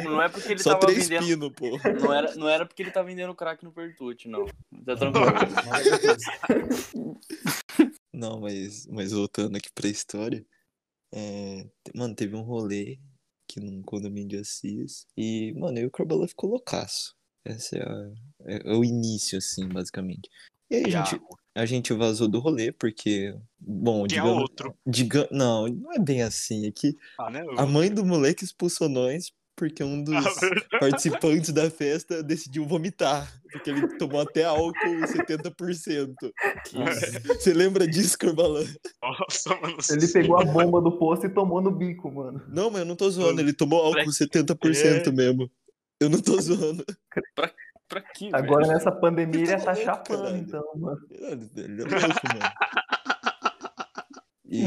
Speaker 6: é, não é porque ele
Speaker 5: Só
Speaker 6: tava
Speaker 5: três
Speaker 6: vendendo.
Speaker 5: pino, pô.
Speaker 6: Não era, não era porque ele tá vendendo crack no Pertucci, não. Tá tranquilo.
Speaker 4: é.
Speaker 7: é
Speaker 5: Não, mas, mas voltando aqui pra história. é, te- mano, teve um rolê aqui num condomínio de Assis. E, mano, eu e o Corbalã ficou loucaço. Esse é, a- é- é o início, assim, basicamente. E aí a gente, a gente vazou do rolê, porque. Bom,
Speaker 4: Tinha
Speaker 5: digamos,
Speaker 4: é outro.
Speaker 5: diga- Não, não é bem assim. É que
Speaker 4: Ah, né?
Speaker 5: A mãe do moleque expulsou nós porque um dos participantes da festa decidiu vomitar, porque ele tomou até álcool 70%. Você lembra disso, Corbalan?
Speaker 4: Nossa, mano.
Speaker 3: Ele pegou a bomba do posto e tomou no bico, mano.
Speaker 5: Não, mas eu não tô zoando, ele tomou álcool 70% mesmo. Eu não tô zoando.
Speaker 6: Pra quê,
Speaker 3: Agora
Speaker 6: velho?
Speaker 3: nessa pandemia ele ia
Speaker 5: Tá
Speaker 3: tá
Speaker 5: louco,
Speaker 3: chapando,
Speaker 5: caralho.
Speaker 3: então, mano.
Speaker 5: Ele é louco, mano. E,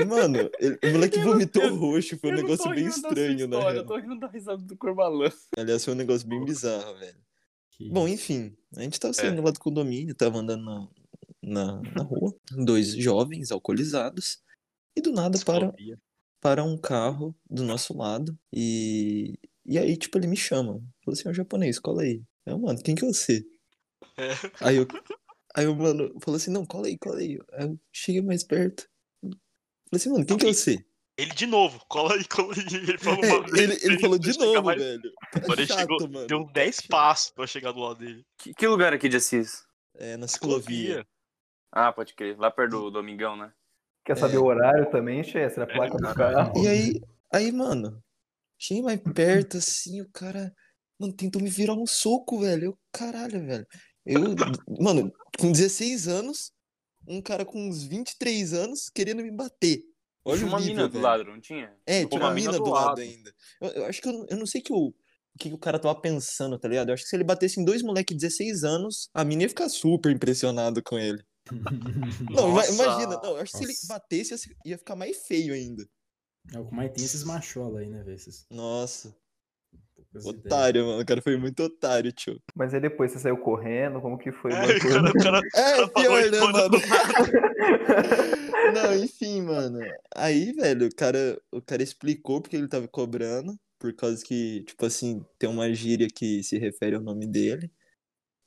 Speaker 5: e, mano, ele- o moleque vomitou roxo, foi um
Speaker 6: Eu não tô
Speaker 5: negócio bem
Speaker 6: rindo dessa
Speaker 5: estranho, né, na
Speaker 6: história, Eu
Speaker 5: real.
Speaker 6: tô rindo da risada do Corbalã.
Speaker 5: Aliás, foi um negócio bem bizarro, velho.
Speaker 7: Que-
Speaker 5: Bom, enfim, a gente
Speaker 6: É.
Speaker 5: tava saindo lá do condomínio, tava andando na, na, na rua, dois jovens alcoolizados, e do nada para,
Speaker 7: Descobria.
Speaker 5: para um carro do nosso lado, e, e aí, tipo, ele me chama, falou assim, ó, japonês, cola aí. Eu, mano, quem que é você?
Speaker 4: É.
Speaker 5: Aí eu, aí eu, mano, falou assim, não, cola aí, cola aí. Aí eu cheguei mais perto, falei assim, mano, quem que é você?
Speaker 4: Ele de novo, cola aí, cola aí. Ele falou,
Speaker 5: É,
Speaker 4: uma vez,
Speaker 5: ele, ele
Speaker 4: ele
Speaker 5: falou
Speaker 4: não
Speaker 5: de
Speaker 4: chega
Speaker 5: novo,
Speaker 4: mais.
Speaker 5: velho.
Speaker 4: Agora
Speaker 5: É
Speaker 4: ele chegou-
Speaker 5: chato, mano.
Speaker 4: Deu 10 passos pra chegar do lado dele.
Speaker 6: Que, que lugar aqui de Assis?
Speaker 5: É, na ciclovia.
Speaker 6: Ah, pode crer. Lá perto do Domingão, né?
Speaker 3: Quer saber o horário também, Chester? A placa do carro.
Speaker 5: E aí, aí, mano, cheguei mais perto, assim, o cara, mano, tentou me virar um soco, velho. Eu, caralho, velho. Eu, mano, com 16 anos, um cara com uns 23 anos querendo me bater. Olha
Speaker 6: Tinha
Speaker 5: o
Speaker 6: uma
Speaker 5: nível,
Speaker 6: mina do
Speaker 5: velho.
Speaker 6: lado, Tipo, não tinha?
Speaker 5: É,
Speaker 6: Tinha
Speaker 5: tinha uma mina do lado ainda. Eu, eu acho que eu, não- eu não sei que o, o que, que o cara tava pensando, tá ligado? Eu acho que se ele batesse em dois moleques de 16 anos, a mina ia ficar super impressionada com ele. Não, ima-
Speaker 6: Nossa.
Speaker 5: imagina, não, eu acho que se ele
Speaker 7: Nossa.
Speaker 5: batesse, ia se- ia ficar mais feio ainda.
Speaker 7: É o que mais tem esses machola aí, né, velho? Esses
Speaker 5: Nossa,
Speaker 7: poucas ideias.
Speaker 5: otário, mano. O cara foi muito otário, tio.
Speaker 3: Mas aí depois você saiu correndo, como que foi?
Speaker 4: É,
Speaker 3: mano?
Speaker 4: o cara, o cara
Speaker 5: É,
Speaker 4: Ela falou
Speaker 5: pior, né,
Speaker 4: isso, mano?
Speaker 5: mano? Não, enfim, mano. Aí, velho, o cara, o cara explicou porque ele tava cobrando. Por causa que, tipo assim, tem uma gíria que se refere ao nome dele.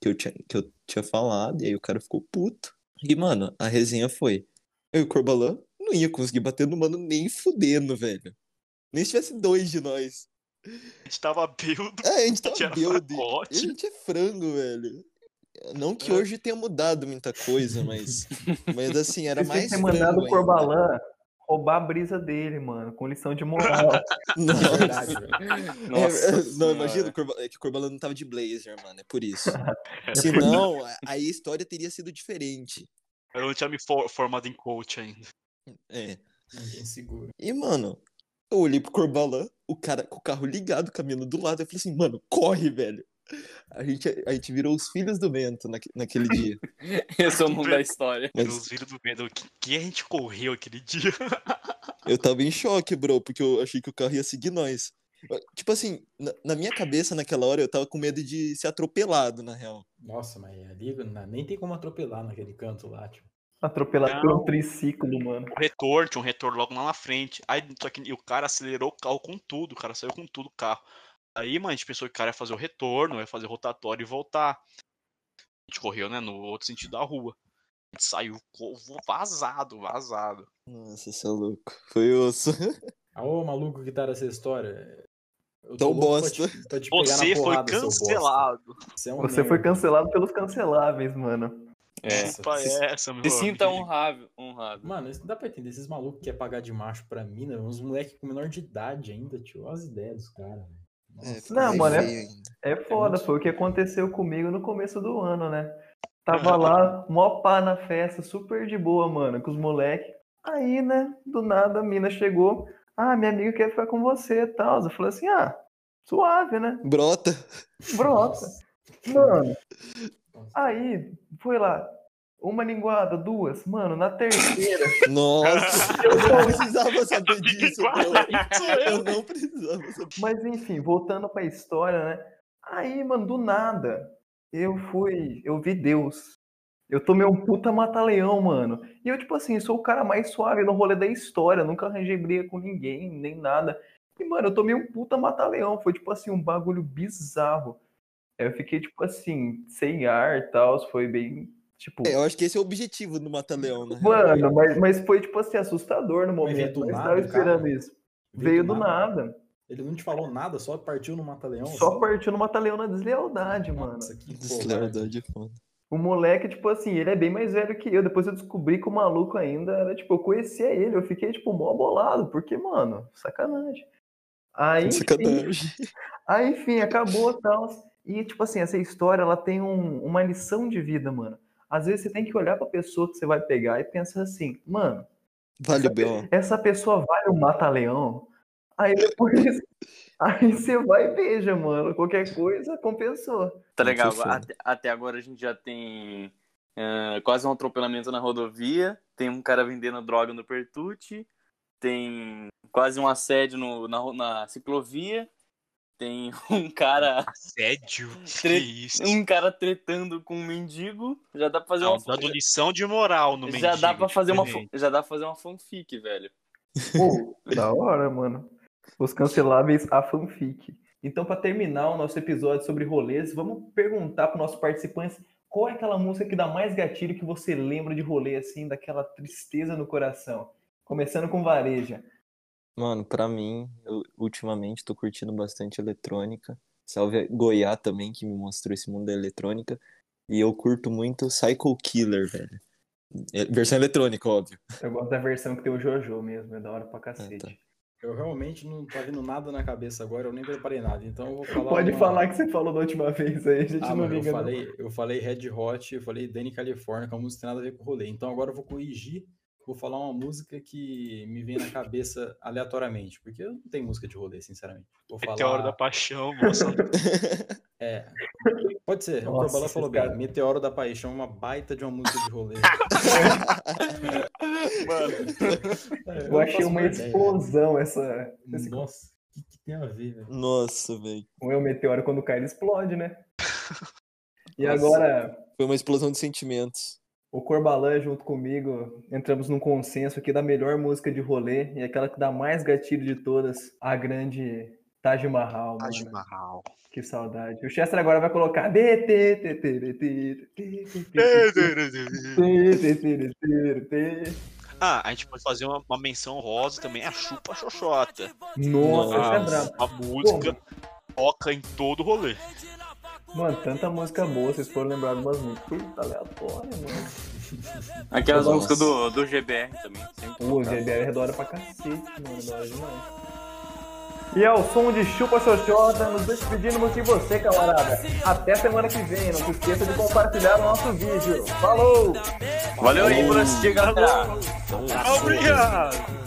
Speaker 5: Que eu tinha, que eu tinha falado. E aí o cara ficou puto. E, mano, a resenha foi. Eu e o Corbalã não ia conseguir bater no mano nem fudendo, velho. Nem se tivesse dois de nós.
Speaker 4: a gente tava bêbado.
Speaker 5: É, a gente tava
Speaker 4: Tinha
Speaker 5: build. A
Speaker 4: pacote.
Speaker 5: gente é frango, velho. Não que
Speaker 4: É.
Speaker 5: hoje tenha mudado muita coisa, mas. Mas assim, era
Speaker 3: Vocês têm que ter mandado
Speaker 5: mais. né? frango
Speaker 3: o
Speaker 5: ainda.
Speaker 3: Corbalan roubar a brisa dele, mano, com lição de moral.
Speaker 7: É
Speaker 5: Nossa.
Speaker 7: verdade, velho.
Speaker 5: É, é, não,
Speaker 6: senhora.
Speaker 5: imagina, o Corba- é que o Corbalão não tava de blazer, mano, é por isso.
Speaker 3: É por
Speaker 5: Senão, a- aí a história teria sido diferente.
Speaker 4: Eu não tinha me for- formado em coach ainda.
Speaker 5: É.
Speaker 7: Ninguém segura.
Speaker 5: E, mano, eu olhei pro Corbalã, o cara com o carro ligado, caminhando do lado, eu falei assim, mano, corre, velho. A gente, a gente virou os filhos do vento naque- naquele dia.
Speaker 6: Esse é o nome da história.
Speaker 5: Mas-
Speaker 4: Nos vídeos do medo, que, que a gente correu aquele dia.
Speaker 5: Eu tava em choque, bro, porque eu achei que o carro ia seguir nós. Eu- Tipo assim, na, na minha cabeça naquela hora eu tava com medo de ser atropelado, na real.
Speaker 7: Nossa, mas ali na- nem tem como atropelar naquele canto lá, tipo.
Speaker 3: Atropelado por um
Speaker 4: Não.
Speaker 3: triciclo, mano.
Speaker 4: Um retorno, tinha um retorno logo lá na frente. Aí, só que e o cara acelerou o carro com tudo, o cara saiu com tudo o carro. Aí, mano, a gente pensou que o cara ia fazer o retorno, ia fazer o rotatório e voltar. A gente correu, né, no outro sentido da rua. A gente saiu co- vazado, vazado.
Speaker 5: Nossa, você é louco. Foi osso.
Speaker 7: Ah, ô maluco que tá nessa história. Eu tô
Speaker 5: Tão
Speaker 7: louco pra te- pra te pegar na
Speaker 4: Você foi
Speaker 7: porrada, seu bosta.
Speaker 4: cancelado.
Speaker 7: Você, é um
Speaker 3: Você
Speaker 7: merda.
Speaker 3: foi cancelado pelos canceláveis, mano.
Speaker 6: É.
Speaker 7: Nossa,
Speaker 4: Opa,
Speaker 7: esses-
Speaker 4: é essa, meu
Speaker 6: Se sinta um
Speaker 4: amigo.
Speaker 6: honrável. honrado.
Speaker 7: Mano, isso não dá pra entender. Esses malucos que quer pagar de macho pra mina, uns moleque com menor de idade ainda, tio. Olha as ideias dos caras, velho. Nossa.
Speaker 5: ficou
Speaker 3: Não,
Speaker 5: mais
Speaker 3: mano, é-
Speaker 5: feio ainda.
Speaker 3: É foda,
Speaker 7: muito-
Speaker 3: foi o que aconteceu comigo no começo do ano, né? Tava lá, mó pá na festa, super de boa, mano, com os moleque. Aí, né, do nada a mina chegou. Ah, minha amiga quer ficar com você e tal. Eu falei assim, ah, suave, né?
Speaker 5: Brota.
Speaker 3: Brota. Mano,
Speaker 7: Nossa.
Speaker 3: Ah, aí foi lá. Uma linguada, duas, mano, na terceira.
Speaker 5: Nossa, eu não precisava saber disso, bro. Eu não precisava saber.
Speaker 3: Mas enfim, voltando pra história, né? Aí, mano, do nada, eu fui, eu vi Deus. Eu tomei um puta mata-leão, mano. E eu, tipo assim, sou o cara mais suave no rolê da história, nunca arranjei briga com ninguém, nem nada. E, mano, eu tomei um puta mata-leão, foi, tipo assim, um bagulho bizarro. Eu fiquei, tipo assim, sem ar e tal, foi bem, tipo...
Speaker 5: É, eu acho que esse é o objetivo do Mata-Leão, né?
Speaker 3: Mano, mas, mas foi, tipo assim, assustador no
Speaker 7: Mas veio
Speaker 3: momento,
Speaker 7: do
Speaker 3: não
Speaker 7: nada,
Speaker 3: estava esperando
Speaker 7: cara?
Speaker 3: isso. Veio do nada.
Speaker 7: Ele não te falou nada, só partiu no Mata-Leão.
Speaker 3: Só partiu no mata-leão na deslealdade, mano.
Speaker 7: Nossa, que covarde.
Speaker 5: Deslealdade é foda.
Speaker 3: O moleque, tipo assim, ele é bem mais velho que eu. Depois eu descobri que o maluco ainda era, tipo, eu conhecia ele. Eu fiquei, tipo, mó bolado, porque, mano, sacanagem. Aí, enfim,
Speaker 5: Sacanagem.
Speaker 3: aí, enfim acabou tal. E, tipo assim, essa história, ela tem um- uma lição de vida, mano. Às vezes você tem que olhar pra pessoa que você vai pegar e pensar assim, mano,
Speaker 5: Vale o B.O.
Speaker 3: essa pessoa vale o mata-leão? Aí depois. aí você vai e beija, mano. Qualquer coisa compensou.
Speaker 6: Tá legal.
Speaker 5: Muito foda.
Speaker 6: Até, até agora a gente já tem eh, quase um atropelamento na rodovia. Tem um cara vendendo droga no Pertute. Tem quase um assédio no- na, ro- na ciclovia. Tem um cara,
Speaker 4: Sério? Que
Speaker 6: Tre-
Speaker 4: isso?
Speaker 6: um cara tretando com um mendigo. Já dá pra fazer
Speaker 4: Não,
Speaker 6: uma.
Speaker 4: dando lição É de moral um no
Speaker 6: já dá
Speaker 4: mendigo, né?
Speaker 6: para fazer uma
Speaker 4: diferente.
Speaker 6: fan- já dá pra fazer uma fanfic, velho.
Speaker 3: Pô, da hora, mano. Os canceláveis a fanfic. Então, pra terminar o nosso episódio sobre rolês, vamos perguntar para nossos participantes qual é aquela música que dá mais gatilho que você lembra de rolê, assim, daquela tristeza no coração. Começando com Vareja.
Speaker 5: Mano, pra mim, eu ultimamente tô curtindo bastante eletrônica. Salve a Goiá também, que me mostrou esse mundo da eletrônica. E eu curto muito Psycho Killer, velho. É, Versão eletrônica, óbvio.
Speaker 3: Eu gosto da versão que tem o Jojo mesmo, é da hora pra cacete.
Speaker 5: tá.
Speaker 7: Eu realmente não tá vindo nada na cabeça agora, eu nem preparei nada. Então eu vou falar.
Speaker 3: Pode
Speaker 7: uma-
Speaker 3: falar que você falou da última vez aí, a gente
Speaker 7: Ah,
Speaker 3: não
Speaker 7: mano, eu
Speaker 3: liga não.
Speaker 7: falei, eu falei Red Hot, eu falei Danny California, que é uma música que tem nada a ver com o rolê. Então agora eu vou corrigir, vou falar uma música que me vem na cabeça aleatoriamente, porque eu não tenho música de rolê, sinceramente. Vou falar.
Speaker 4: Meteoro da Paixão, nossa.
Speaker 7: É. Pode ser, o
Speaker 3: Nossa,
Speaker 7: Corbala falou
Speaker 3: esses
Speaker 7: bem.
Speaker 3: caras.
Speaker 7: Meteoro da Paixão, é uma baita de uma música de rolê. É,
Speaker 3: Eu, achei uma explosão essa, esse
Speaker 7: Nossa, o que, que tem a ver, velho?
Speaker 5: Nossa, velho.
Speaker 3: com o um meteoro quando cai ele explode, né? E
Speaker 5: Nossa.
Speaker 3: agora
Speaker 5: Foi uma explosão de sentimentos.
Speaker 3: o Corbalan junto comigo entramos num consenso aqui da melhor música de rolê e aquela que dá mais gatilho de todas, a grande Taj Mahal,
Speaker 4: Taj
Speaker 3: mano.
Speaker 4: Mahal.
Speaker 3: Que saudade. O Chester agora vai colocar
Speaker 4: Ah, a gente pode fazer uma, uma menção rosa também, É a Chupa Xoxota.
Speaker 3: Nossa, essa é
Speaker 5: Nossa.
Speaker 3: brabo.
Speaker 4: A música toca em todo rolê.
Speaker 3: Mano, tanta música boa, vocês foram lembrar de umas músicas aleatórias, mano.
Speaker 6: Aquelas
Speaker 5: Nossa.
Speaker 6: músicas do, do GBR também. sempre
Speaker 3: Pô,
Speaker 6: tocava.
Speaker 3: GBR é da hora pra cacete, mano. Da hora demais. E é o som de Chupa Xoxota nos despedimos de você, camarada. Até semana que vem. Não se esqueça de compartilhar o nosso vídeo. Falou!
Speaker 6: Valeu aí por assistir, galera.
Speaker 4: Obrigado!